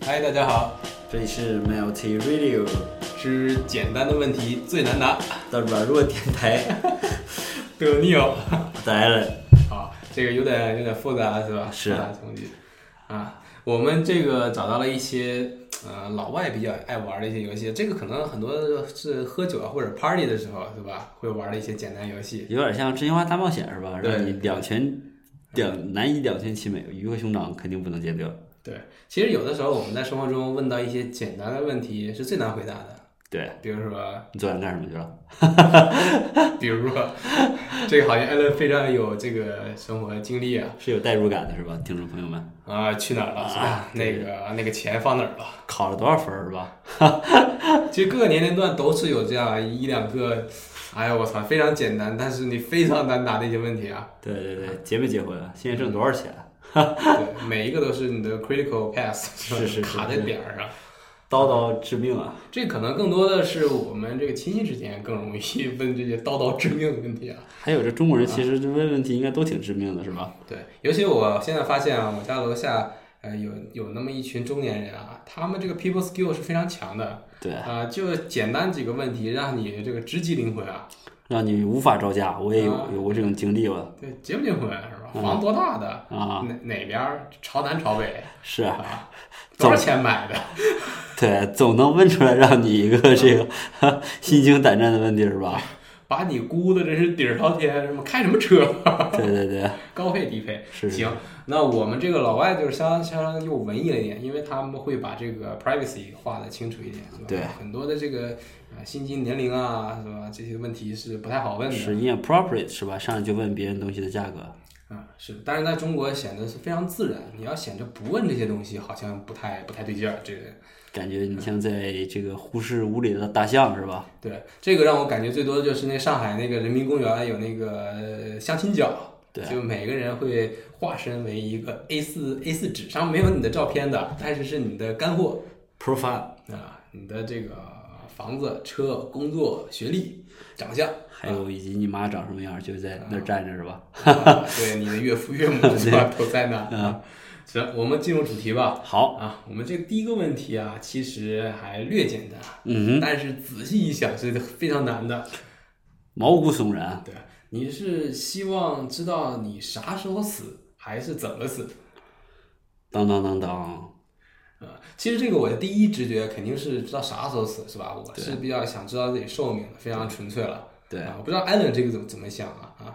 嗨，大家好，这里是 Melty Radio 是简单的问题最难答的软弱电台，的 Neo 来了，啊，这个有点有点复杂是吧？是复杂冲击啊，我们这个找到了一些呃老外比较爱玩的一些游戏，这个可能很多是喝酒啊或者 party 的时候是吧，会玩的一些简单游戏。有点像《真心话大冒险》是吧？对让你两全两难以两全其美，鱼和熊掌肯定不能兼得。对，其实有的时候我们在生活中问到一些简单的问题是最难回答的，对比如说你昨晚干什么去了？比如说， 这个好像艾伦非常有这个生活经历啊，是有代入感的是吧，听众朋友们？啊，去哪儿了是吧？啊那个那个钱放哪儿了？考了多少分儿是吧？ 其实各个年龄段都是有这样一两个，哎呀，我操，非常简单，但是你非常难答的一些问题 啊。对对对，结没结婚？现在挣多少钱？对，每一个都是你的 critical pass，吧是是是卡在点儿上。叨叨致命啊！这可能更多的是我们这个亲戚之间更容易问这些叨叨致命的问题啊。还有这中国人其实这问问题应该都挺致命的是吧？对，尤其我现在发现啊，我家楼下呃有有那么一群中年人啊，他们这个 people skill 是非常强的对，啊、就简单几个问题让你这个直击灵魂啊，让你无法招架。我也啊有有过这种经历吧？对，结不结婚是吧？嗯房多大的？啊，哪哪边儿朝南朝北是啊， 啊？多少钱买的？对，总能问出来让你一个这个 心惊胆战的问题 是吧？把你估的真是底儿朝天，什么开什么车， 对对对，高配低配。是是行，那我们这个老外就是相相当又文艺了一点，因为他们会把这个 privacy 画的清楚一点，是吧？对很多的这个呃薪金、年龄啊，是吧？这些问题是不太好问的。是 inappropriate 是吧？上来就问别人东西的价格，啊，是，但是在中国显得是非常自然。你要显着不问这些东西，好像不太不太对劲儿。这个人，感觉你像在这个忽视屋里的大象是吧？对这个让我感觉最多的就是那上海那个人民公园有那个呃相亲角，对就每个人会化身为一个 A 四 A 四纸上没有你的照片的，但是是你的干货，profile 啊，你的这个房子、车、工作、学历、长 相，还有以及你妈长什么样，就在嗯那儿站着是吧？啊、对你的岳父岳母 是吧，都在那。嗯啊，行，我们进入主题吧。好，啊，我们这个第一个问题啊，其实还略简单，嗯但是仔细一想是非常难的。哼，毛骨悚然，对，你是希望知道你啥时候死，还是怎么死？当当当当，啊、其实这个我的第一直觉肯定是知道啥时候死，是吧？我是比较想知道自己寿命的，非常纯粹了。对，啊，我不知道艾伦这个怎么怎么想啊啊，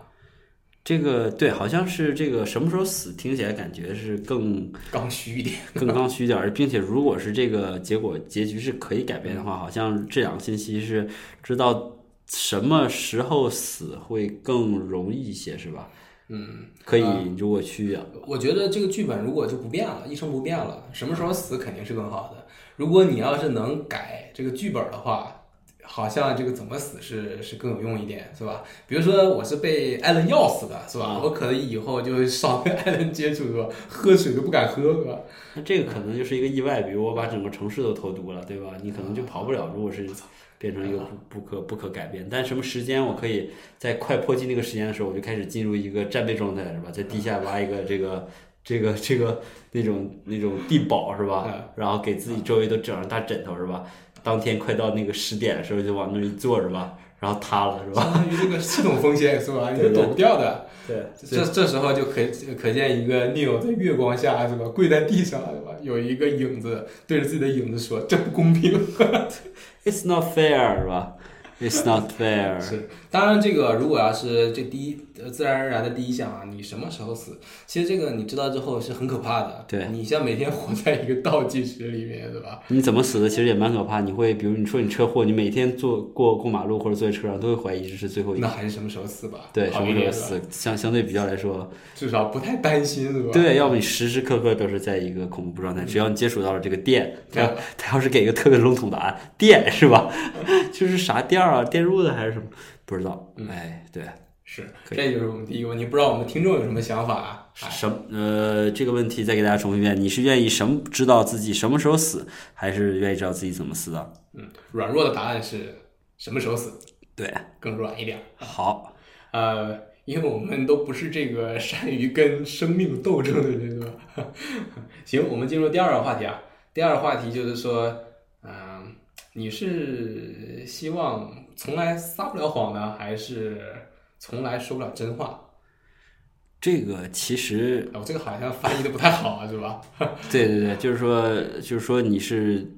这个对，好像是这个什么时候死，听起来感觉是更刚需一点。 更刚需点儿，并且如果是这个结果结局是可以改变的话，好像这两个信息是知道什么时候死会更容易一些，是吧？嗯，可以，如果去我觉得这个剧本如果就不变了，一成不变了，什么时候死肯定是更好的。如果你要是能改这个剧本的话，好像这个怎么死是是更有用一点，是吧？比如说我是被艾伦药死的，是嗯吧？我可能以后就少跟 艾伦接触，是吧？喝水都不敢喝，是吧？那这个可能就是一个意外，比如我把整个城市都投毒了，对吧？你可能就跑不了。如果是变成一个不不可不可改变，但什么时间我可以在快迫近那个时间的时候，我就开始进入一个战备状态，是吧？在地下挖一个这个这个这个那种那种地堡，是吧？然后给自己周围都整上大枕头，是吧？当天快到那个十点的时候就往那儿一坐，是吧？然后塌 了，是吧？相当于这个系统风险是吧？你是对对躲不掉的。对这这时候就可可见一个 Neo 在月光下是吧，跪在地上是吧，有一个影子对着自己的影子说：“这不公平。 ，It's not fair，是吧？It's not ” fair，是，当然这个如果要是这第一呃自然而然的第一项啊，你什么时候死？其实这个你知道之后是很可怕的。对你像每天活在一个倒计时里面是吧？你怎么死的其实也蛮可怕。你会比如你说你车祸，你每天坐过过马路或者坐在车上都会怀疑这是最后一那还是什么时候死吧？对什好么一时候点是吧，死，相相对比较来说，至少不太担心是吧？对，要么你时时刻刻都是在一个恐怖状态。只要你接触到了这个电，对他 他要是给一个特别笼统的答案，电 是吧？就是啥电儿啊，电褥子还是什么？不知道。哎，对，是，可以这就是我们第一个问题，不知道我们听众有什么想法啊？哎什么呃这个问题再给大家重复一遍，你是愿意什么知道自己什么时候死，还是愿意知道自己怎么死的？嗯，软弱的答案是什么时候死对，更软一点儿。好，呃，因为我们都不是这个 善于跟生命斗争的人，对吧？行，我们进入第二个话题啊，第二个话题就是说，嗯、你是希望从来撒不了谎呢，还是从来说不了真话？这个其实哎我这个好像翻译的不太好啊，是吧？对对对，就是说，就是说你是，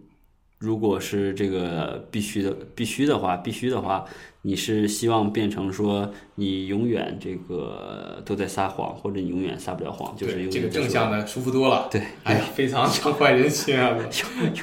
如果是这个必须的，必须的话，必须的话，你是希望变成说你永远这个都在撒谎，或者你永远撒不了谎，就是对永这远个在正说向的舒服多了。对，哎呀，非 常畅快人心啊！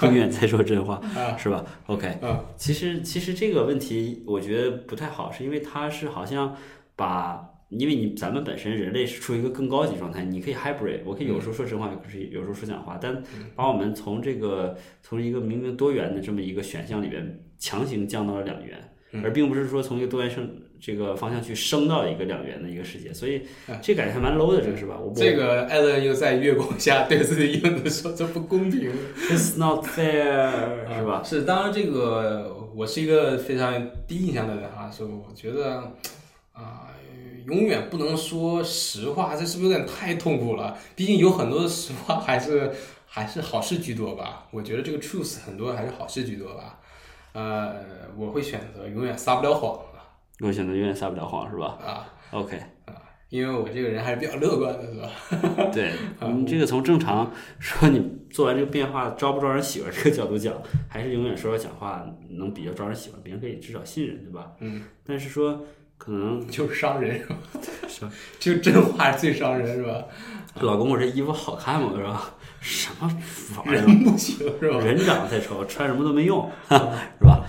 永远在说真话啊，是吧？OK，啊其实其实这个问题我觉得不太好，是因为它是好像把，因为你咱们本身人类是处于一个更高级状态，你可以 hybrid，我可以有时嗯候说真话，可是有时候说假话，但把我们从这个从一个明明多元的这么一个选项里边强行降到了两元，嗯而并不是说从一个多元升这个方向去升到一个两元的一个世界，所以这感觉还蛮 low 的，这个是吧？我嗯不 这个艾伦又在月光下对自己英子说：“这不公平。” It's not fair，是啊吧？是，当然这个我是一个非常低印象的人啊，所以我觉得啊、永远不能说实话，这是不是有点太痛苦了？毕竟有很多的实话还是还是好事居多吧。我觉得这个 truth 很多还是好事居多吧。呃，我会选择永远撒不了谎我选择永远撒不了谎，是吧啊， ？OK。因为我这个人还是比较乐观的，是吧？ 对你这个从正常说你做完这个变化招不招人喜欢这个角度讲，还是永远说说讲话能比较招人喜欢，别人可以至少信任，对吧？嗯。但是说可能就是伤人是吧？是就真话最伤人是 吧？老公我这衣服好看吗？是吧？ 什么玩意人不行是吧儿？？人长得太丑，穿什么都没用， 是吧？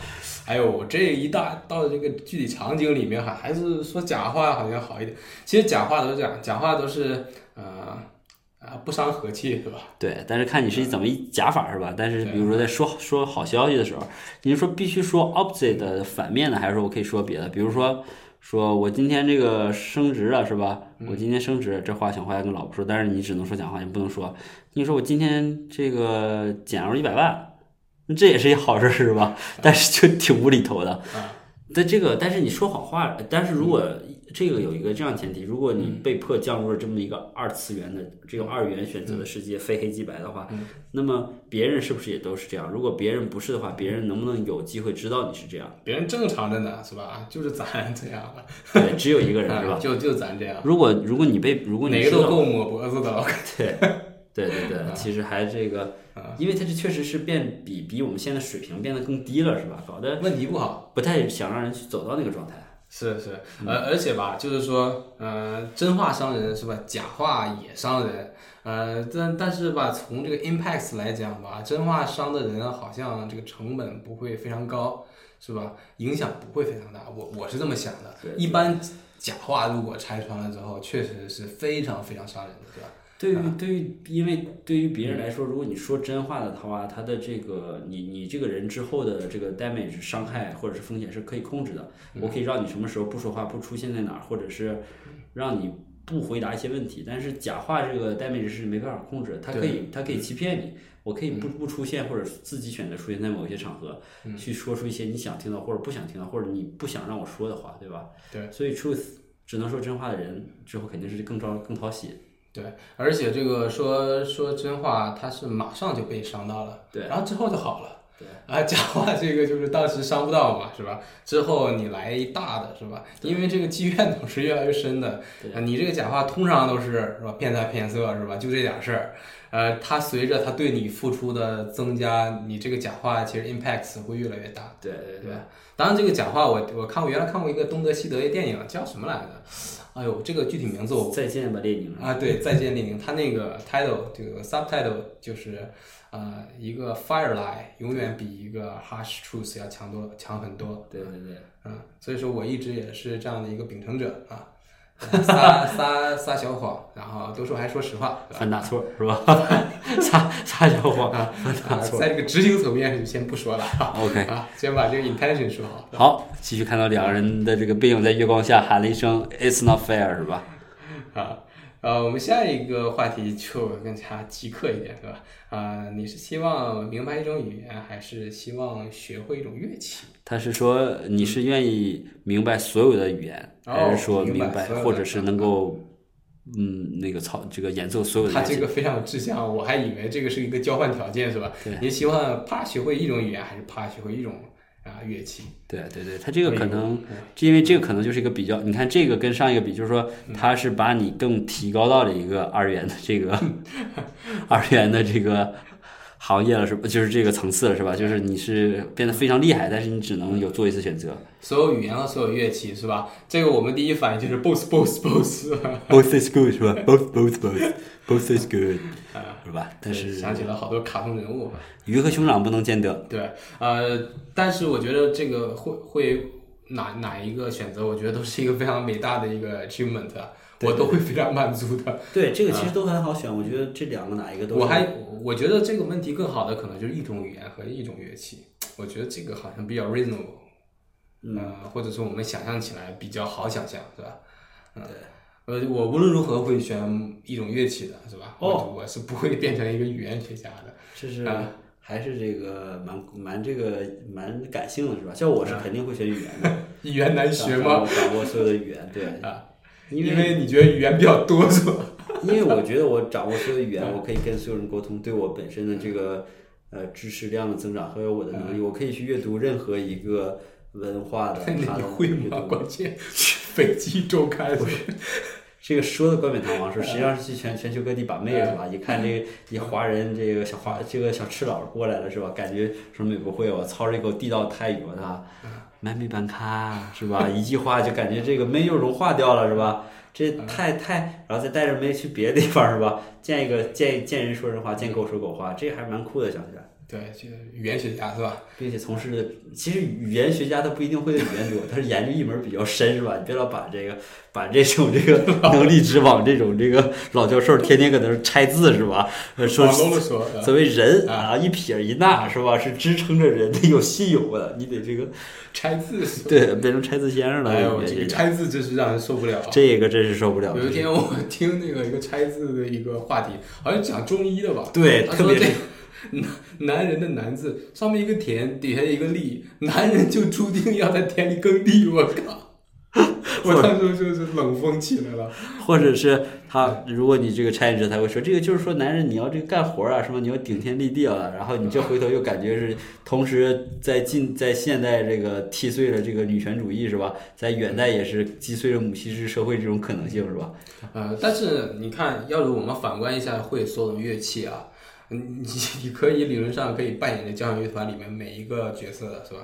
哎呦，我这一大到这个具体场景里面，还还是说假话好像好一点。其实假话都是这样，假话都是呃啊不伤和气是吧？对，但是看你是怎么一假法是吧？但是对比如说在说说好消息的时候，你是说必须说 opposite 的反面的，还是说我可以说别的？比如说说我今天这个升职了是吧？我今天升职，这话想回来跟老婆说，但是你只能说假话，你不能说。你说我今天这个捡着一百万，那这也是一好事儿是吧？但是就挺无厘头的。但这个，但是你说谎话，但是如果这个有一个这样前提，如果你嗯被迫降入了这么一个二次元的这种二元选择的世界，非黑即白的话，嗯那么别人是不是也都是这样？如果别人不是的嗯话，别人能不能有机会知道你是这样？别人正常着呢是吧？就是咱这样的，对，只有一 个人是吧？就就咱这样，如果如果你被如果你哪个知都 啊道，够抹脖子的 了。对对对对，其实还这个，啊因为它这确实是变比比我们现在水平变得更低了，是吧？搞得问题不好，不太想让人去走到那个状态。是是，嗯而而且吧，就是说，呃，真话伤人是吧？假话也伤人，呃，但但是吧，从这个 impacts 来讲吧，真话伤的人好像这个成本不会非常高，是吧？影响不会非常大，我我是这么想的对。一般假话如果拆穿了之后，确实是非常非常伤人的，是吧？对于对于，因为对于别人来说，如果你说真话的话，他的这个你你这个人之后的这个 damage 伤害或者是风险是可以控制的。嗯我可以让你什么时候不说话，不出现在哪儿，或者是让你不回答一些问题。但是假话这个 damage 是没办法控制的，他可以他嗯可以欺骗你，我可以不不出现，或者自己选择出现在某些场合，嗯去说出一些你想听到或者不想听到，或者你不想让我说的话，对吧？对。所以 truth 只能说真话的人之后肯定是更招更讨啊喜。啊对，而且这个说说真话，他是马上就被伤到了，对然后之后就好了。对啊，假话这个就是当时伤不到嘛，是吧？之后你来一大的，是吧？因为这个积怨总是越来越深的。啊你这个假话通常都是是吧？骗财骗色是吧？就这点事儿。呃，他随着他对你付出的增加，你这个假话其实 impacts 会越来越大。对对对吧？当然，这个假话我我看过，原来看过一个东德西德的电影，叫什么来着？哎呦，这个具体名字我再见吧，列宁。啊，对，再见列宁，他那个 title 这个 subtitle 就是，呃，一个 fire lie 永远比一个 harsh truth 要强多强很多，对对对，嗯，所以说我一直也是这样的一个秉承者啊， 撒撒撒小谎，然后多数还说实话，对吧？犯大错是吧？ 撒撒小谎，犯大啊，错。在这个执行层面就先不说了 OK，啊，先把这个 intention 说好。好，继续看到两人的这个背影在月光下喊了一声 “It's not fair” 是吧？啊，呃，我们下一个话题就更加极客一点，是吧？啊、你是希望明白一种语言，还是希望学会一种乐器？他是说你是愿意明白所有的语言，哦还是说明白白所有的啊或者是能够嗯，那个操，这个演奏所有的他乐器这个非常有志向，我还以为这个是一个交换条件是吧？对您希望啪学会一种语言，还是啪学会一种啊乐器？对对对，它这个可能哎呦，因为这个可能就是一个比较，你看这个跟上一个比，就是说它是把你更提高到了一个二元的这个二元的这个行业了，是吧？就是这个层次了，是吧？就是你是变得非常厉害，但是你只能有做一次选择。所有语言和所有乐器是吧？这个我们第一反应就是 both both both， Both is good 是吧？Both both both both is good 是吧？但是想起了好多卡通人物。鱼和熊掌不能兼得。对，呃，但是我觉得这个会会哪哪一个选择，我觉得都是一个非常伟大的一个 achievement，啊对我都会非常满足的。对，这个其实都很好选，我觉得这两个哪一个我还我觉得这个问题更好的可能就是一种语言和一种乐器，我觉得这个好像比较 reasonable，呃，嗯或者说我们想象起来比较好想象，是吧？嗯，呃，我无论如何会选一种乐器的，是吧？哦我，我是不会变成一个语言学家的。这是啊还是这个蛮蛮这个蛮感性的是吧？像我是肯定会选语言的，语言难啊 学掌吗？握掌握所有的语言，对，啊，因因为为你觉得语言比较多是吧？因为我觉得我掌握所有的语啊言，我可以跟所有人沟通，对我本身的这个呃知识量的增长和我的能啊力，我可以去阅读任何一个文 化的你它的会阅吗？读。关键是北极周刊 这个说的冠冕堂皇说，实际上是去全全球各地把妹是吧？一看这一华人这个小华这个小赤佬过来了是吧？感觉什么也不会，我操这口地道泰语吧他，买美板卡是吧？一句话就感觉这个妹又融化掉了是吧？这太太，然后再带着妹去别的地方是吧？见一个见见人说人话，见狗说狗话，这还蛮酷的，想起来。对，这个语言学家是吧？并且从事的，其实语言学家他不一定会的语言多，他是研究一门比较深，是吧？你别老把这个把这种这 个能力值往这种这个老教授天天搁那儿拆字是吧？呃说广东的说，呃所谓人啊啊，一撇一捺是吧？是支撑着人的有信有的，你得这个拆字 说，对变成拆字先生了。哎呦，语这言个学家拆字真是让人受不了啊。这个真是受不了。有一天我 听那个一个拆字的一个话题，好像讲中医的吧？对他特说别这 男男人的“男”字上面一个田，底下一个地，男人就注定要在田里耕地。我 靠！我当时就是冷风起来了。 或者是他，如果你这个拆解者，他会说，这个就是说男人你要这个干活啊，什么你要顶天立地啊，然后你这回头又感觉是同时在近在现代这个踢碎了这个女权主义是吧？在远代也是击碎了母系制社会这种可能性是吧？呃，但是你看，要是我们反观一下会所有的乐器啊，你你你可以理论上可以扮演这交响乐团里面每一个角色的是吧？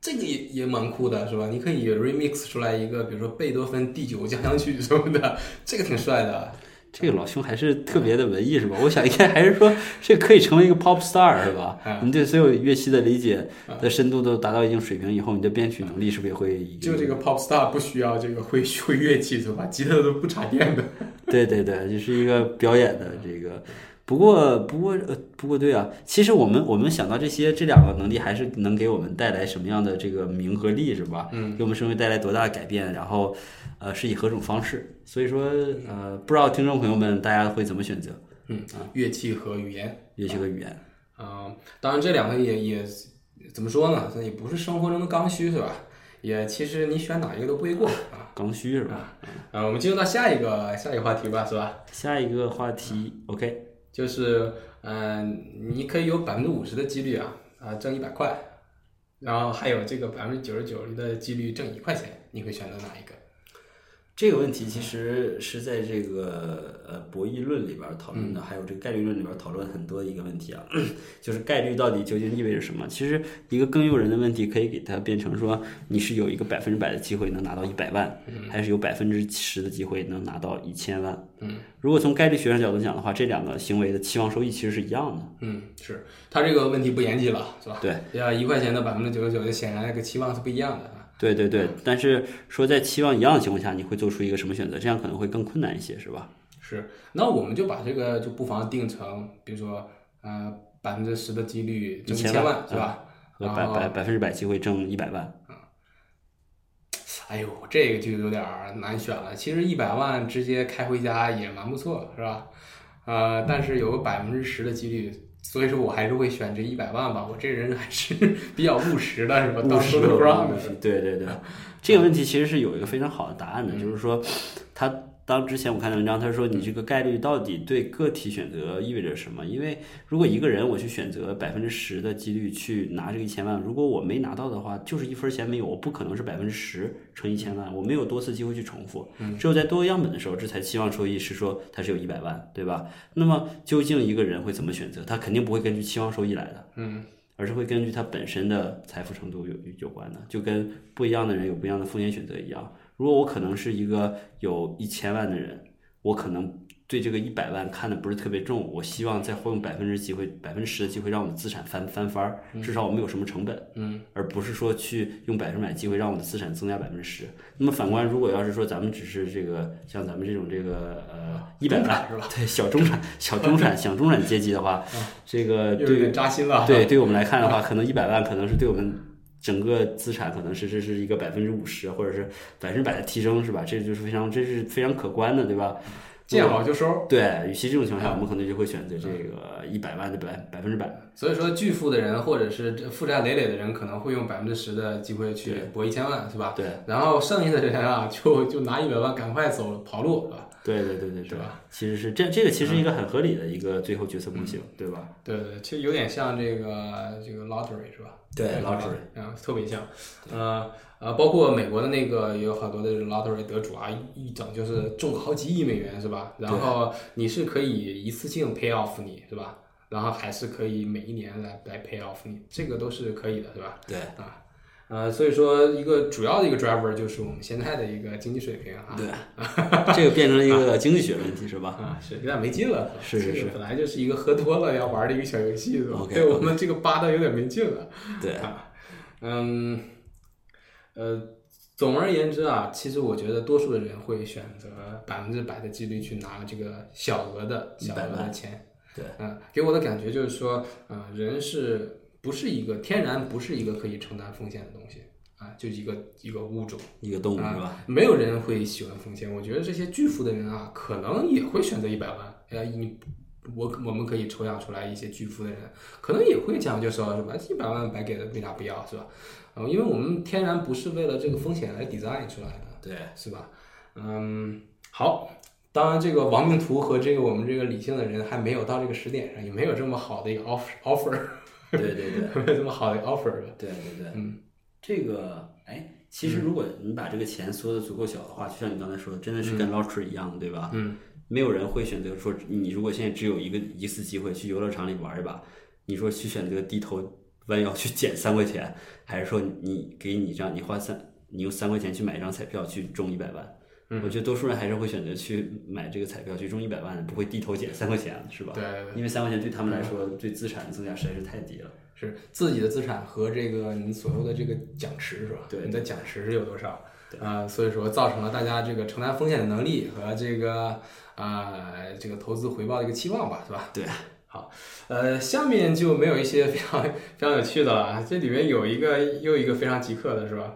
这个也也蛮酷的是吧？你可以 remix 出来一个，比如说贝多芬第九交响曲什么的，这个挺帅的。这个老兄还是特别的文艺是吧？我想应该还是说这可以成为一个 pop star 是吧啊？你对所有乐器的理解的深度都达到一定水平以后，你的编曲能力是不是也会一啊就这个 pop star 不需要这个会会乐器是吧？吉他都不插电的。 对对对，就是一个表演的这个。不过不过呃不过对啊，其实我们我们想到这些这两个能力，还是能给我们带来什么样的这个名和利是吧？嗯，给我们生活带来多大的改变？然后呃是以何种方式？所以说呃不知道听众朋友们大家会怎么选择嗯，乐器和语言。乐器和语言？嗯，当然这两个也也怎么说呢？这也不是生活中的刚需是吧？也其实你选哪一个都不为过啊。刚需是吧？啊，我们进入到下一个下一个话题吧，是吧？下一个话题，OK，就是，嗯、你可以有百分之五十的几率啊啊挣一百块，然后还有这个百分之九十九的几率挣一块钱，你会选择哪一个？这个问题其实是在这个呃博弈论里边儿讨嗯论的，还有这个概率论里边儿讨论很多的一个问题啊， 就是概率到底究竟意味着什么？其实一个更诱人的问题，可以给它变成说，你是有一个百分之百的机会能拿到一百万，还是有百分之十的机会能拿到一千万？嗯，如果从概率学上角度讲的话，这两个行为的期望收益其实是一样的。嗯，是他这个问题不严谨了，是吧？对，要一块钱的百分之九十九，就显然那个期望是不一样的啊。对对对，但是说在期望一样的情况下，你会做出一个什么选择？这样可能会更困难一些，是吧？是，那我们就把这个就不妨定成，比如说，呃，百分之十的几率挣一一千千万万，是吧？和然百后百百分之百机会挣一百万。哎呦，这个就有点儿难选了。其实一百万直接开回家也蛮不错，是吧？呃，但是有个百分之十的几率，所以说我还是会选这一百万吧。我这人还是 比较务实的，是吧？嗯当五十说的 ground 对对对，这个问题其实是有一个非常好的答案的，就是说，他当之前我看文章，他说你这个概率到底对个体选择意味着什么？因为如果一个人我去选择百分之十的几率去拿这个一千万，如果我没拿到的话，就是一分钱没有，我不可能是百分之十乘一千万，我没有多次机会去重复。嗯只有在多个样本的时候，这才期望收益是说它是有一百万，对吧？那么究竟一个人会怎么选择？他肯定不会根据期望收益来的，嗯，而是会根据他本身的财富程度有有关的，就跟不一样的人有不一样的风险选择一样。如果我可能是一个有一千万的人，我可能对这个一百万看的不是特别重，我希望再用百分之机会百分之十的机会让我的资产翻翻番儿，至少我没有什么成本，嗯，而不是说去用百分之百机会让我的资产增加百分之十。那么反观，如果要是说咱们只是这个像咱们这种这个呃一百中万 产是吧？嗯对小中产小中产小中产阶级的话，这个又有呃对于点扎心了。对，对我们来看的话，可能一百万可能是对我们整个资产可能是是是一个百分之五十或者是百分之百的提升，是吧？这就是非常这是非常可观的，对吧？见好就收。对，与其这种情况下，我们可能就会选择这个一百万的百百分之百。所以说，巨富的人或者是这负债累累的人，可能会用百分之十的机会去搏一千万，是吧？对，然后剩下的人啊，就就拿一百万赶快走跑路，是吧？对对对对是对，其实是这嗯这个其实一个很合理的一个最后决策步行，对吧？对对，其实有点像这个这个 lottery 是吧？对，lottery 嗯，特别像，呃呃，包括美国的那个也有好多的 lottery 得主啊，一一整就是嗯中好几亿美元是吧？然后你是可以一次性 pay off 你是吧？然后还是可以每一年来来 pay off 你，这个都是可以的是吧？对啊，呃，所以说一个主要的一个 driver 就是我们现在的一个经济水平啊，对，这个变成了一个经济学问题，是吧？啊，是有点没劲了，是是这个是本来就是一个喝多了要玩的一个小游戏，是吧 OK，对我们这个扒的有点没劲了。对，嗯，呃，总而言之啊，其实我觉得多数的人会选择百分之百的几率去拿这个小额的小额100的万钱。对，嗯、给我的感觉就是说，呃，人是不是一个天然不是一个可以承担风险的东西啊？就一个一个物种。一个动物是吧？没有人会喜欢风险。我觉得这些巨富的人啊，可能也会选择一百万。呃，你我我们可以抽样出来一些巨富的人，可能也会讲究说什么一百万白给了，为啥不要是吧？嗯、因为我们天然不是为了这个风险来 design 出来的，对，是吧？嗯，好。当然，这个亡命徒和这个我们这个理性的人还没有到这个时点上，也没有这么好的一个 offer offer，对对对。没有这么好的一个 offer 吧？对对对，嗯，这个哎，其实如果你把这个钱缩的足够小的话，就像你刚才说的，真的是跟 lottery 一样的，对吧？嗯，没有人会选择说，你如果现在只有一个一次机会去游乐场里玩一把，你说去选择低头弯腰去捡三块钱，还是说你给你一张，你花三，你用三块钱去买一张彩票去中一百万？我觉得多数人还是会选择去买这个彩票去中一百万，不会低头捡三块钱，是吧？对对对。因为三块钱对他们来说，对资产增加实在是太低了。是自己的资产和这个你所有的这个奖池是吧？对你的奖池是有多少？呃，所以说造成了大家这个承担风险的能力和这个呃这个投资回报的一个期望吧，是吧？对，好，呃，下面就没有一些非常非常有趣的了啊，这里面有一个又一个非常极客的是吧？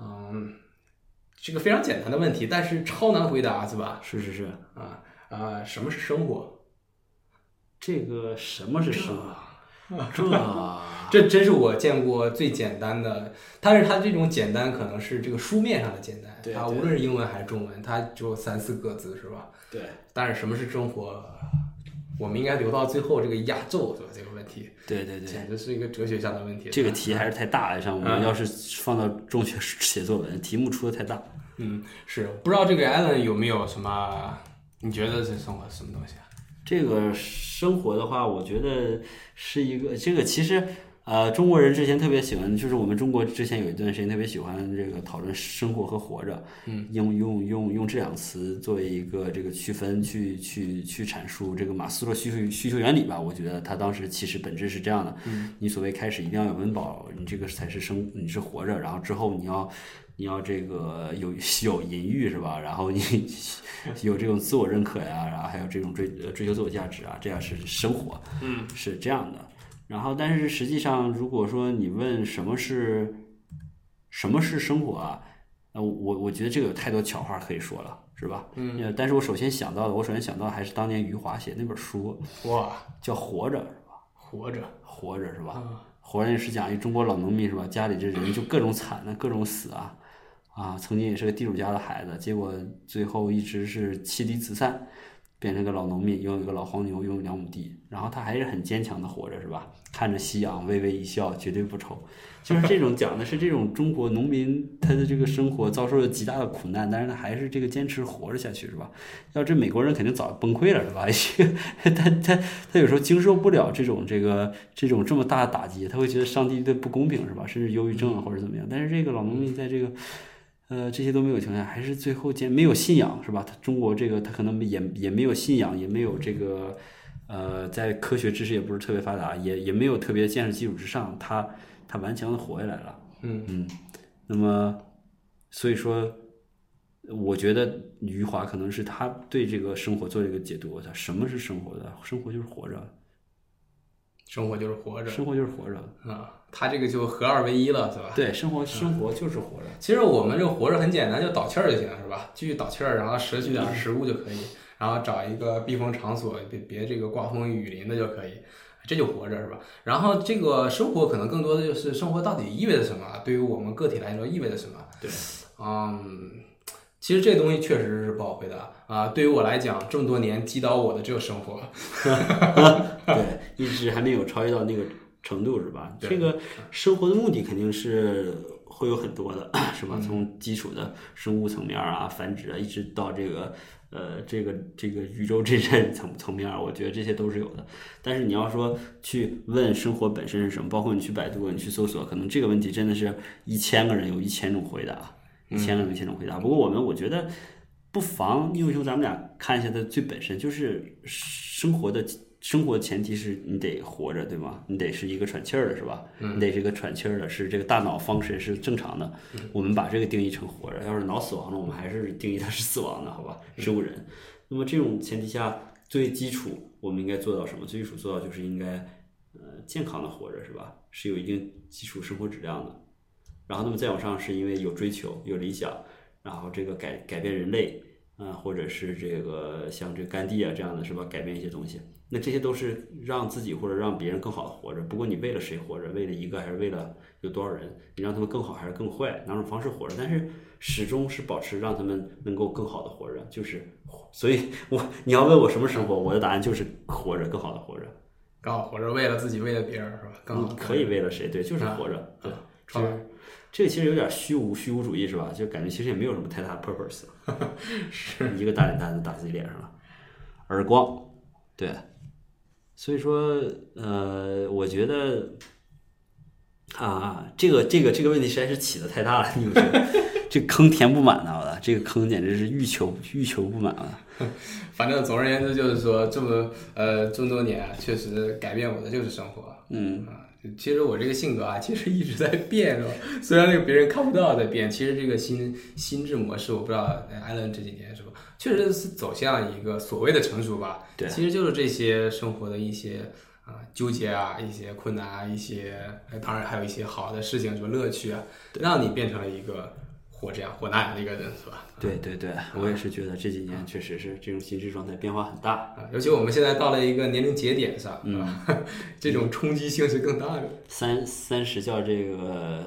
嗯，这个非常简单的问题，但是超难回答是吧？是是是，啊啊、什么是生活？这个什么是生啊？这这真是我见过最简单的，但是它这种简单可能是这个书面上的简单，对它对无论是英文还是中文，它只有三四个字是吧？对但是什么是生活，我们应该留到最后这个压轴是吧？这个问题 对对对，简直是一个哲学上的问题。这个题还是太大了，像我们要是放到中学写作文，题目出的太大。嗯，是不知道这个 Allen 有没有什么？你觉得这生活是什么东西啊？这个生活的话，我觉得是一个这个其实。呃，中国人之前特别喜欢，就是我们中国之前有一段时间特别喜欢这个讨论生活和活着，嗯，用用用用这两个词作为一个这个区分去去去阐述这个马斯洛需求需求原理吧。我觉得他当时其实本质是这样的，嗯，你所谓开始一定要有温饱，你这个才是生，你是活着，然后之后你要你要这个有有淫欲是吧？然后你 有这种自我认可呀，然后还有这种追呃追求自我价值啊，这样是生活，嗯，是这样的。然后，但是实际上，如果说你问什么是什么是生活啊，呃，我我觉得这个有太多巧话可以说了，是吧？嗯，但是我首先想到的，我首先想到还是当年余华写那本书哇，叫《活着》，活着，活着是吧？活着是讲一中国老农民是吧？家里这人就各种惨呐，各种死啊，啊，曾经也是个地主家的孩子，结果最后一直是妻离子散，变成个老农民，拥有一个老黄牛，拥有两亩地，然后他还是很坚强的活着，是吧？看着夕阳，微微一笑，绝对不愁。就是这种讲的是这种中国农民他的这个生活遭受了极大的苦难，但是他还是这个坚持活着下去，是吧？要这美国人肯定早崩溃了，是吧？ 他他他有时候经受不了这种这个这种这么大的打击，他会觉得上帝对不公平，是吧？甚至忧郁症嗯啊或者怎么样。但是这个老农民在这个呃，这些都没有情况下，还是最后见没有信仰是吧？他中国这个他可能也也没有信仰，也没有这个呃，在科学知识也不是特别发达，也也没有特别见识基础之上，他他顽强的活下来了。嗯嗯，那么所以说，我觉得余华可能是他对这个生活做了一个解读，他什么是生活的？生活就是活着，生活就是活着生活就是活着，啊，他这个就合二为一了，是吧？对，生活生活就是活着。其实我们这活着很简单，就倒气儿就行，是吧？继续倒气儿，然后摄取嗯点食物就可以，然后找一个避风场所，别别这个刮风雨淋的就可以，这就活着，是吧？然后这个生活可能更多的就是生活到底意味着什么，对于我们个体来说意味着什么？对，嗯。其实这东西确实是不好回答啊！对于我来讲，这么多年击倒我的只有生活。对， 一直还没有超越到那个程度，是吧？对这个生活的目的肯定是会有很多的，是嗯吧？从基础的生物层面啊、繁殖啊，一直到这个呃这个这个宇宙真神层层面啊，我觉得这些都是有的。但是你要说去问生活本身是什么，包括你去百度、你去搜索，可能这个问题真的是一千个人有一千种回答，一千个人有一千种回答。不过我们我觉得。不妨英雄，咱们俩看一下它最本身，就是生活的生活前提是你得活着，对吗？你得是一个喘气儿的，是吧？你得是一个喘气儿的，是这个大脑方神是正常的。我们把这个定义成活着，要是脑死亡了，我们还是定义它是死亡的，好吧？植物人。那么这种前提下，最基础我们应该做到什么？最基础做到就是应该呃健康的活着，是吧？是有一定基础生活质量的。然后，那么再往上是因为有追求、有理想，然后这个改改变人类，啊、或者是这个像这甘地啊这样的是吧，改变一些东西，那这些都是让自己或者让别人更好的活着。不过你为了谁活着，为了一个还是为了有多少人，你让他们更好还是更坏，哪种方式活着，但是始终是保持让他们能够更好的活着，就是，所以我你要问我什么生活，我的答案就是活着，更好的活着。刚好活着，为了自己，为了别人，是吧？更好你嗯可以为了谁？对，就是啊活着。对啊，这个这个其实有点虚无虚无主义是吧？就感觉其实也没有什么太大 的 purpose，是一个大脸蛋子打自己脸上了，耳光，对。所以说，呃，我觉得啊，这个这个这个问题实在是起的太大了，你有觉得 这坑填不满啊呐，我的这个坑简直是欲求欲求不满啊！反正总而言之，就是说这么呃这么多年啊，确实改变我的就是生活。嗯啊，其实我这个性格啊，其实一直在变，是吧？虽然这个别人看不到在变，其实这个心心智模式，我不知道呃艾伦这几年是吧，确实是走向一个所谓的成熟吧。对其实就是这些生活的一些啊、纠结啊，一些困难啊，一些呃当然还有一些好的事情，什么乐趣啊，让你变成了一个活这样活那样的一个人，是吧？对对对，我也是觉得这几年确实是这种心智状态变化很大。啊，尤其我们现在到了一个年龄节点上，嗯啊， 这种冲击性是更大的。三三十叫这个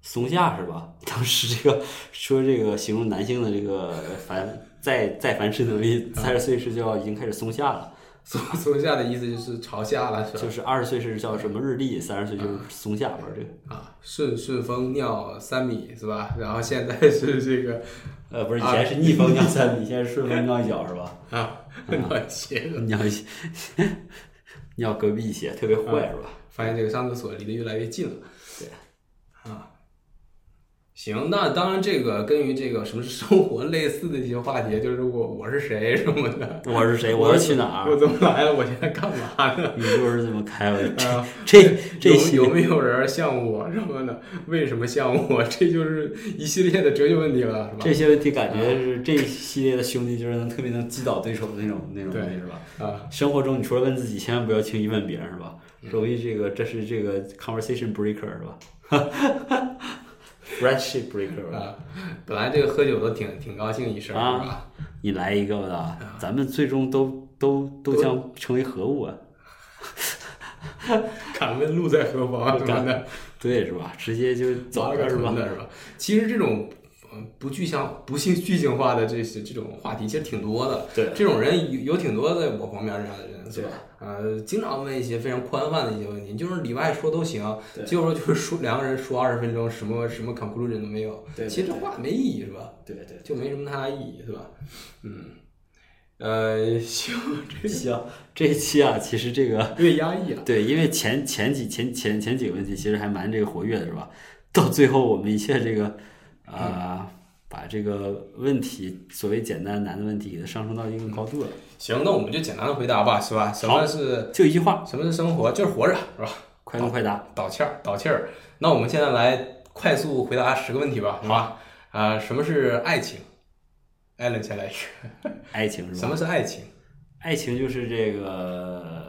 松下是吧？ 当时这个说这个形容男性的这个繁再再繁殖能力，嗯三十岁是叫已经开始松下了，松松下的意思就是朝下了，是吧？就是二十岁是叫什么日历，三十岁就是松下玩这个，啊，顺顺风尿三米是吧？然后现在是这个呃，不是以前是逆风尿三米，现在是顺风尿一脚是吧？啊，嗯 暖鞋，尿一 尿隔壁一些，特别坏嗯是吧？发现这个上厕所离得越来越近了。对，啊，行，那当然这个跟于这个什么是生活类似的一些话题，就是我我是谁什么的，我是谁？我我要去哪我儿？怎么来了，我现在干嘛呢？宇宙是怎么开的？啊，这这些有有没有人像我什么的？为什么像我？ 这就是一系列的哲学问题了，是吧？嗯这些问题感觉是这一系列的兄弟就是能特别能击倒对手的那种那种对东西是吧？啊，生活中你除了问自己，千万不要轻易问别人是吧？嗯容易这个这是这个 conversation breaker 是吧 ？friendship breaker 吧啊，本来这个喝酒都挺挺高兴一事儿，是啊吧？ 你来一个我的，啊咱们最终都都都将成为何物啊？敢问路在何方什么的，啊对是吧？直接就走走了个什是么吧？的是吧？其实这种嗯不具象、不性剧情化的这些这种话题，其实挺多的。对这种人有有挺多在我旁边这样的人，是吧？呃，经常问一些非常宽泛的一些问题，就是里外说都行，对结果说就是说两个人说二十分钟，什么什么 conclusion 都没有，对其实这话没意义，是吧？对对，就没什么太大意义， 是吧？嗯，呃，行，这行，这一期啊，其实这个有点压抑啊。对，因为前前几前前前几个问题其实还蛮这个活跃的，是吧？到最后我们一切这个啊、把这个问题所谓简单难的问题给它上升到一个高度了。行，那我们就简单的回答吧，是吧？什么是就一句话，什么是生活？就是活着，是吧？ 快问快答。倒气儿，倒气儿。那我们现在来快速回答十个问题吧，好吧？啊、什么是爱情？艾伦先来一个。爱情是什吧？么是爱情？爱情就是这个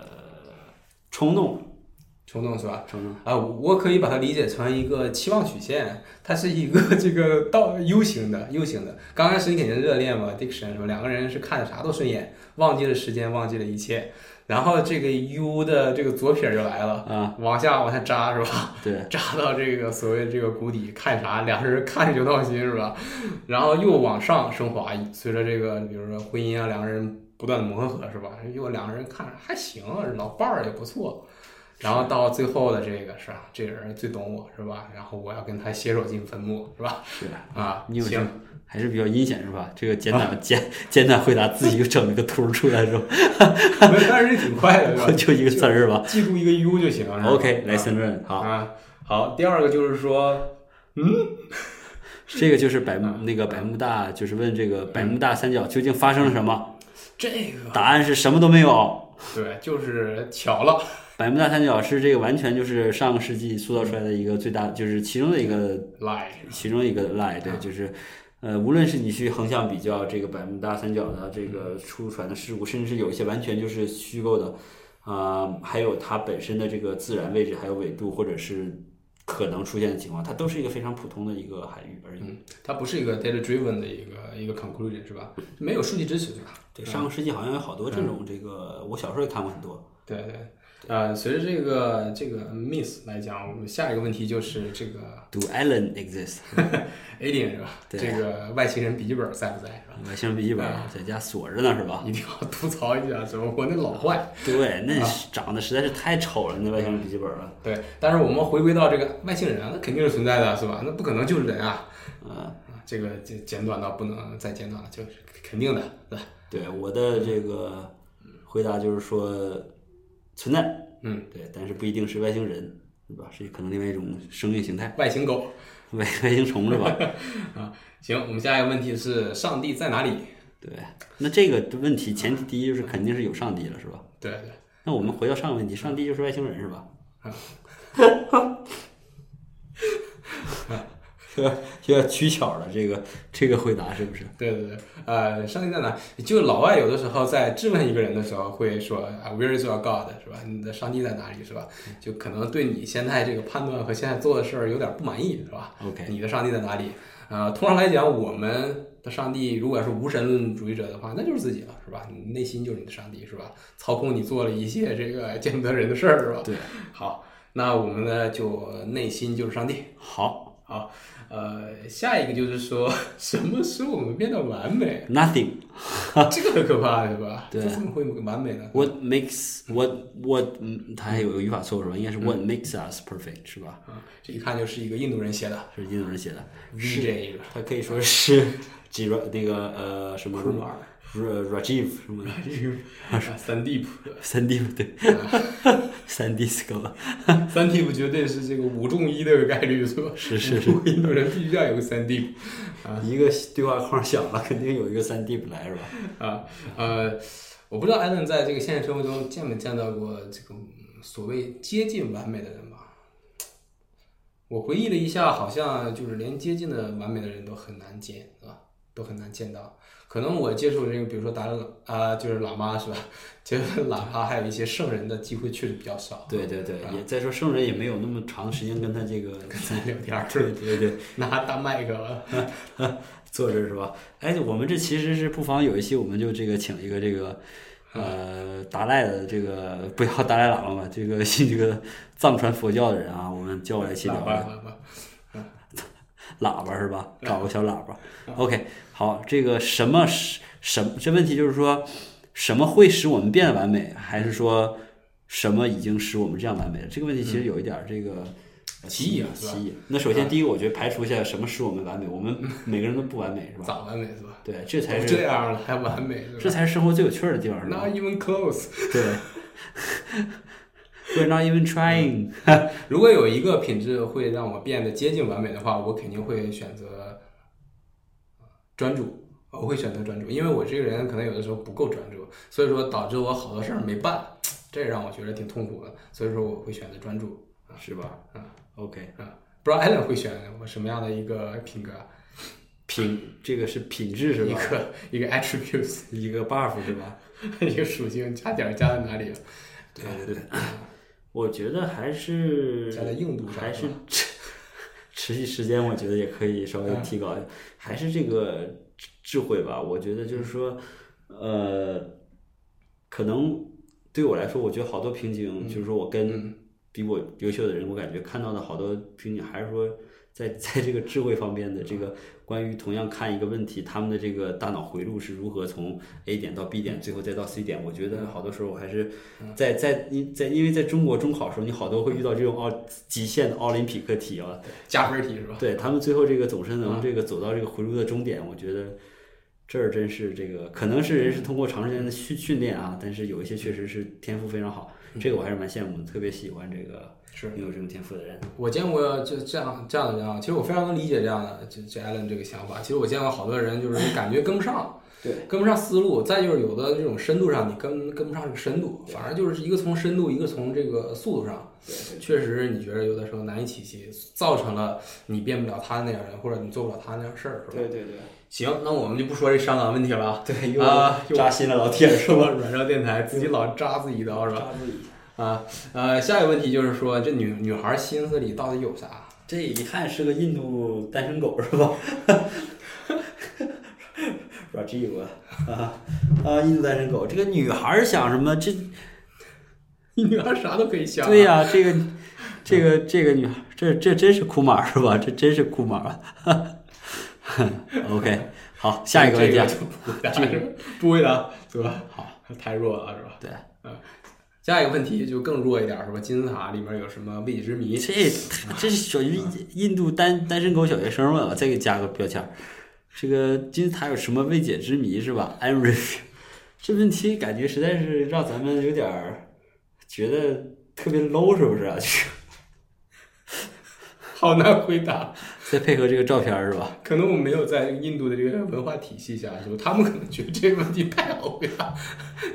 冲动，冲动是吧？冲动。啊，我可以把它理解成一个期望曲线，它是一个这个倒 U 型的 U 型的。刚开始你肯定热恋嘛，Diction 说两个人是看着啥都顺眼，忘记了时间，忘记了一切。然后这个 U 的这个左撇儿就来了，啊，往下往下扎是吧？对， 扎到这个所谓这个谷底，看啥两个人看着就闹心是吧？ 然后又往上升华，随着这个比如说婚姻啊，两个人不断的磨合是吧？又两个人看着还行，老伴儿也不错。然后到最后的这个是吧？这个人最懂我是吧？然后我要跟他携手进坟墓是吧？是啊，你有行这，还是比较阴险是吧？这个简短、简简短回答，自己又整了个图出来之后， 但是挺快的是吧？就一个字儿是 吧记住一个 U 就行是吧？OK，来申论，好。啊。好，第二个就是说，这个就是百慕嗯那个百慕大，就是问这个百慕大三角究竟发生了什么？这个答案是什么都没有。对，就是巧了，百慕大三角是这个完全就是上个世纪塑造出来的一个最大，就是其中的一个来，其中一个 lie，对，就是呃，无论是你去横向比较这个百慕大三角的这个出船的事故，甚至是有一些完全就是虚构的，啊、还有它本身的这个自然位置，还有纬度，或者是可能出现的情况，它都是一个非常普通的一个海域而已。嗯，它不是一个 data driven 的一个一个 conclusion 是吧？没有数据支持对吧？对，上个世纪好像有好多这种这个，我小时候也看过很多。对对。呃，随着这个这个 miss 来讲，我们下一个问题就是这个 Do Allen exist？ alien 是吧？对这个外星人笔记本在不在是吧？外星人笔记本在家锁着呢，是吧？一定要吐槽一下，怎么我那老坏？ 对，啊那是长得实在是太丑了，那外星人笔记本了。对，但是我们回归到这个外星人啊，那肯定是存在的，是吧？那不可能就是人啊，啊，啊这个简简短到不能再简短了，就是肯定的，对吧？对，我的这个回答就是说存在，嗯，对，但是不一定是外星人，对吧？是可能另外一种生命形态， 外星狗。外外星虫是 吧？行，我们下一个问题是上帝在哪里？对，那这个问题前提第一就是肯定是有上帝了，是吧？对对。那我们回到上个问题，上帝就是外星人是吧？有点 有点取巧了，这个这个回答是不是？ 对对对，呃，上帝在哪？就老外有的时候在质问一个人的时候会说啊，Where is your God？是吧？你的上帝在哪里？是吧？就可能对你现在这个判断和现在做的事儿有点不满意，是吧 OK 你的上帝在哪里？呃，通常来讲，我们的上帝如果要是无神论主义者的话，那就是自己了，是吧？你内心就是你的上帝，是吧？操控你做了一些这个见不得人的事儿，是吧？对。好，那我们呢就内心就是上帝。嗯好好，呃，下一个就是说， 什么使我们变得完 美？ ，nothing。这个很可怕，是吧？对这怎么会完美呢？ What makes what what？嗯它还有个语法错误是吧？应该是 What makes us perfect 是吧？啊，这一看就是一个印度人写的，是印度人写的，是这个它可以说是几个那个呃什么呃库马尔 Ra- Rajiv 什么的，啊啊三 deep，三 D 不对， 三 D s c o 三 deep 绝对是这个五中一的概率，是吧？是是是， 印度人必须要有个三 deep 啊一个对话框响了，肯定有一个三 D 不来是吧？啊，呃，我不知道艾伦在这个现实生活中见没见到过这个嗯所谓接近完美的人吧？我回忆了一下，好像就是连接近的完美的人都很难见，是吧？都很难见到。可能我接触这个，比如说达赖喇啊、就是喇嘛是吧？接触喇嘛还有一些圣人的机会确实比较少。对对对，也再说圣人也没有那么长时间跟他这个跟啊咱聊天儿 对对对， 拿大麦克，坐这儿是吧？哎，我们这其实是不妨有一期，我们就这个请一个这个。呃，达赖的这个不要达赖喇嘛吧，这个这个藏传佛教的人啊，我们叫过来一起聊喇聊叭喇叭，喇叭是吧？搞个小喇叭。OK，好，这个什么是什么？这问题就是说，什么会使我们变得完美，还是说什么已经使我们这样完美了？这个问题其实有一点儿这个呃嗯歧义啊是吧嗯歧义。那首先第一个，我觉得排除一下什么使我们完美，我们每个人都不完美是吧？咋完美是吧？对，这才都是这样了还完美是吧这才是生活最有趣儿的地方是吧？ ？Not even close。对，We're not even 嗯 trying。如果有一个品质会让我变得接近完美的话，我肯定会选择呃专注。呃我会选择专注，因为我这个人可能有的时候不够专注，所以说导致我好多事儿没办，这让我觉得挺痛苦的。所以说我会选择专注，是吧？OK，啊，不知道 Allen 会选我什么样的一个品格，品这个是品质是一吧？个一个 attributes， 一个 buff 是吧？一个属性，加点儿加在哪里了？啊对对对，我觉得还是加在硬度上还是是吧持续时间，我觉得也可以稍微嗯提高一下，还是这个智智慧吧。我觉得就是说，呃，可能对我来说，我觉得好多瓶嗯颈，就是说我跟比我优秀的人，我感觉看到的好多瓶颈，还是说在在这个智慧方面的这嗯个关于同样看一个问题，他们的这个大脑回路是如何从 A 点到 B 点，最后再到 C 点。我觉得好多时候我还是在在因在因为在中国中考的时候，你好多会遇到这种奥极限的奥林匹克题啊，加分题是吧？嗯对他们最后这个总是能这个走到这个回路的终点，我觉得这儿真是这个可能是人是通过长时间的训训练啊，但是有一些确实是天赋非常好，这个我还是蛮羡慕的，特别喜欢这个嗯是拥有这种天赋的人。我见过就这样这样的人啊，其实我非常能理解这样的这这 Allen 这个想法。其实我见过好多人，就是感觉跟不上，对，跟不上思路。再就是有的这种深度上，你跟跟不上这个深度，反而就是一个从深度，一个从这个速度上，确实你觉得有的时候难以体系，造成了你变不了他那样人，或者你做不了他那样事儿，是吧？对对对行，那我们就不说这伤感问题了啊。对，又啊又扎心了，老铁是吧？说软烧电台自己老扎自己一刀是吧？扎自己。啊，呃，下一个问题就是说，这女女孩心思里到底有啥？ 这一看是个印度单身狗是吧 ？Rajiv 啊啊，印度单身狗，这个女孩儿想什么？这女孩啥都可以想啊、对呀、这个这个这个女孩，这这真是库马儿是吧？这真是库马儿啊。OK，好，下一个问题啊，这个就不回答是吧，不回答，对吧？好，太弱了是吧？对，嗯，下一个问题就更弱一点是吧？金字塔里面有什么未解之谜？这这是属于印度单单身狗小学生问我再给加个标签儿，这个金字塔有什么未解之谜是吧？I'm rich，这问题感觉实在是让咱们有点儿觉得特别 low 是不是啊？就是好难回答，再配合这个照片儿是吧？可能我没有在印度的这个文化体系下，就他们可能觉得这个问题太好回答，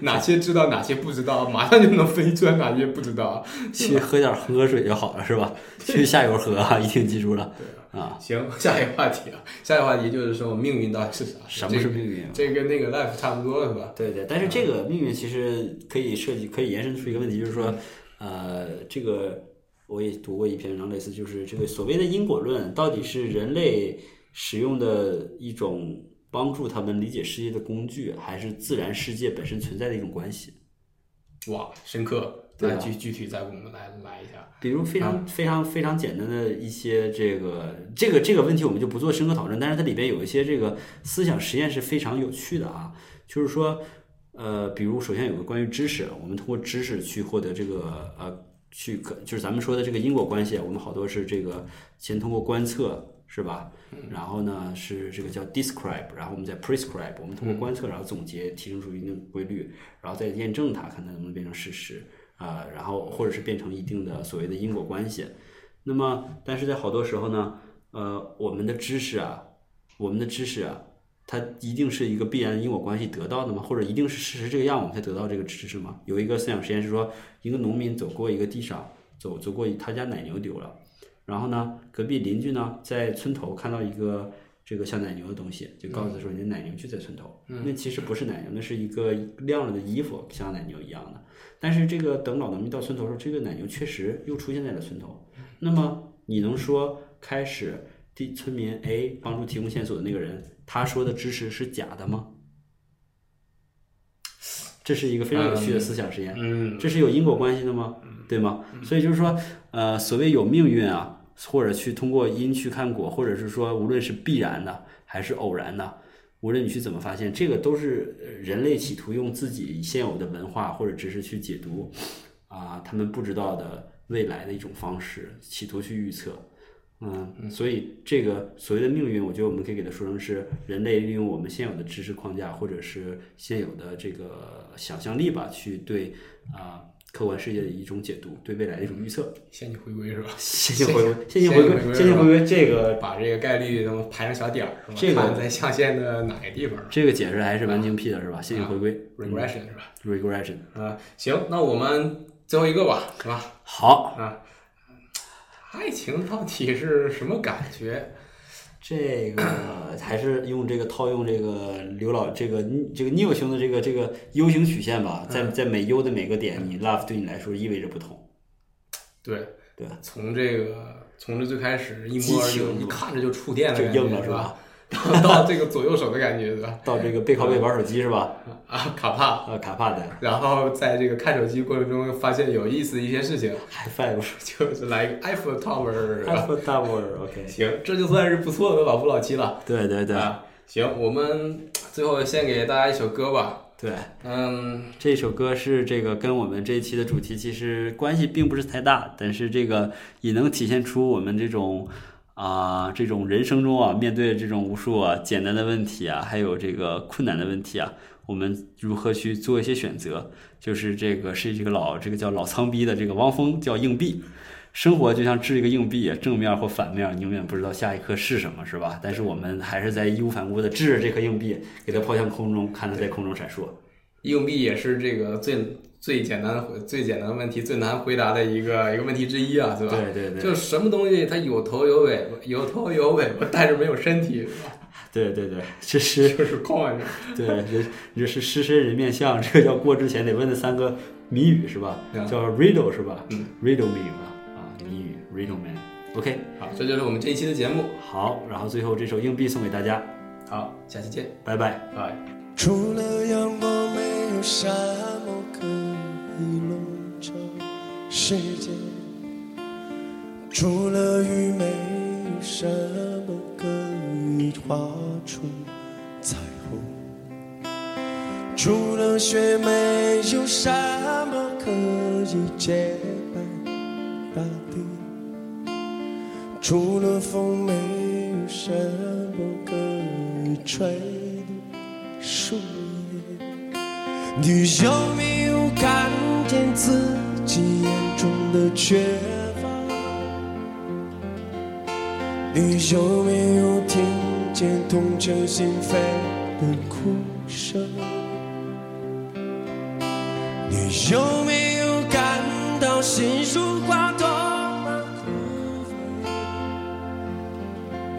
哪些知道，哪些不知道，马上就能分出来哪些不知道。去喝点儿恒河水就好了是吧？去下游喝啊，一定记住了对啊。行，下一个话题啊，下一个话题就是说命运到底是啥？啊什么是命运？这个？这跟那个 life 差不多是吧？对对，但是这个命运其实可以设计，可以延伸出一个问题，就是说，呃，这个我也读过一篇文章，类似就是这个所谓的因果论，到底是人类使用的一种帮助他们理解世界的工具，还是自然世界本身存在的一种关系？哇，深刻，对那吧具具体再给我们来来一下。比如非常非常非常简单的一些这个这个这个问题，我们就不做深刻讨论。但是它里边有一些这个思想实验是非常有趣的啊，就是说，呃，比如首先有个关于知识，我们通过知识去获得这个呃，去可就是咱们说的这个因果关系，啊我们好多是这个先通过观测。是吧？然后呢，是这个叫 describe，然后我们再 prescribe，我们通过观测，然后总结，提升出一定的规律，然后再验证它，看它能不能变成事实。啊、然后或者是变成一定的所谓的因果关系。那么，但是在好多时候呢，呃，我们的知识啊，我们的知识啊，它一定是一个必然的因果关系得到的吗？或者一定是事实这个样我们才得到这个知识吗？有一个思想实验是说，一个农民走过一个地上，走走过他家奶牛丢了，然后呢，隔壁邻居呢在村头看到一个。这个像奶牛的东西，就告诉他说你的奶牛就在村头，那其实不是奶牛，那是一个晾了的衣服，像奶牛一样的。但是这个等老农民到村头的时候，这个奶牛确实又出现在了村头。那么你能说开始地村民 A 帮助提供线索的那个人，他说的知识是假的吗？这是一个非常有趣的思想实验。嗯，这是有因果关系的吗？对吗？所以就是说，呃，所谓有命运啊，或者去通过因去看果，或者是说无论是必然的还是偶然的，无论你去怎么发现，这个都是呃人类企图用自己现有的文化或者知识去解读啊、他们不知道的未来的一种方式，企图去预测。嗯，所以这个所谓的命运，我觉得我们可以给它说成是人类利用我们现有的知识框架，或者是现有的这个想象力吧，去对啊、客观世界的一种解读，对未来的一种预 测。仙女回归是吧？线性回归，线性回归，线性回归归这是吧，个把这个概率那么排成小点儿是吧？这个看在象限的哪个地方这个解释还是蛮精辟的，是吧？线性回归？regression 是吧？ regression。啊，行，那我们最后一个吧，是吧？好，啊，爱情到底是什么感觉？这个还是用这个套用这个刘老这个这个 New 型的这个这个 U 型曲线吧，在在每 U 的每个点，你 love 对你来说意味着不同。对对，从这个从这最开始一激摸就情一看着就触电的就感觉硬了是是吧？到到这个左右手的感觉对吧？到这个背靠背玩手机是吧？啊，卡帕。呃，卡帕的然后在这个看手机过程中发现有意思的一些事情， high five 就是来一个 Eiffel Tower 是吧。 high five OK。行，这就算是不错的老夫老妻了。对对对啊，行，我们最后献给大家一首歌吧。对，嗯，这首歌是这个跟我们这一期的主题其实关系并不是太大，但是这个也能体现出我们这种啊、这种人生中啊面对这种无数啊简单的问题啊，还有这个困难的问题啊，我们如何去做一些选择？就是这个是这个老这个叫老仓逼的这个汪峰叫硬币。生活就像掷一个硬币，正面或反面，你永远不知道下一刻是什么，是吧？但是我们还是在义无反顾的掷着这颗硬币，给它抛向空中，看它在空中闪烁。硬币也是这个最最简单的最简单的问题最难回答的一个一个问题之一啊，对吧？对对对，就什么东西它有头有尾巴，有头有尾巴，但是没有身体， 对对对，就这是是旷着。对，这这是狮身人面像，这个要过之前得问的三个谜语是吧？对啊叫 riddle 是吧？嗯，riddle me 吧，啊，谜语 riddle man。OK，好，这就是我们这一期的节目。好，然后最后这首硬币送给大家，好，下期见，拜拜。拜。除了阳光，没有沙漠可以笼罩世界；除了雨，没有什么可以画出彩虹；除了雪，没有什么可以洁白大地；除了风，没有什么可以吹得树叶。你有没有看见自己眼中的缺乏？你有没有听见痛彻心扉的哭声？你有没有感到心如花朵般枯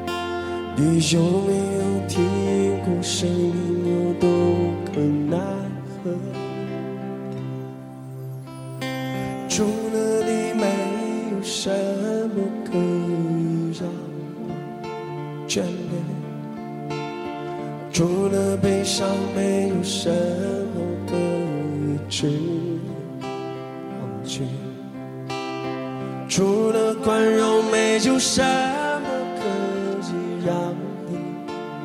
萎？你有没有听过生命有多困难和？除了你，没有什么可以让我眷恋。除了悲伤，没有什么可以值得忘记。除了宽容，没有什么可以让你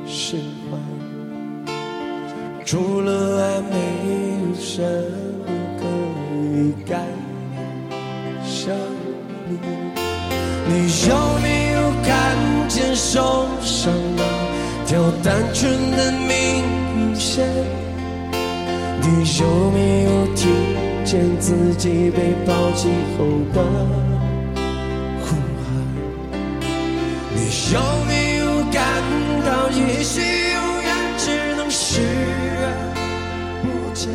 释怀；除了爱，没有什么可以改变生命。你有没有看见受伤那条单纯的命运线？你有没有听见自己被抛弃后的呼喊？你有没有感到也许永远只能视而不见？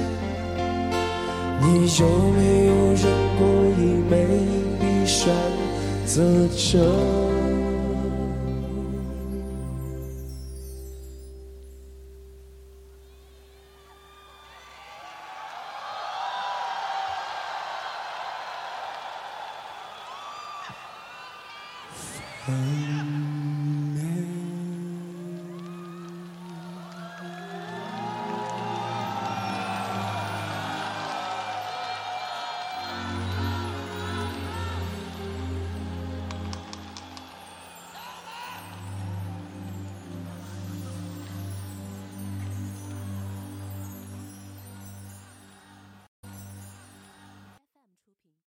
你有没有人故意美丽选择这？嗯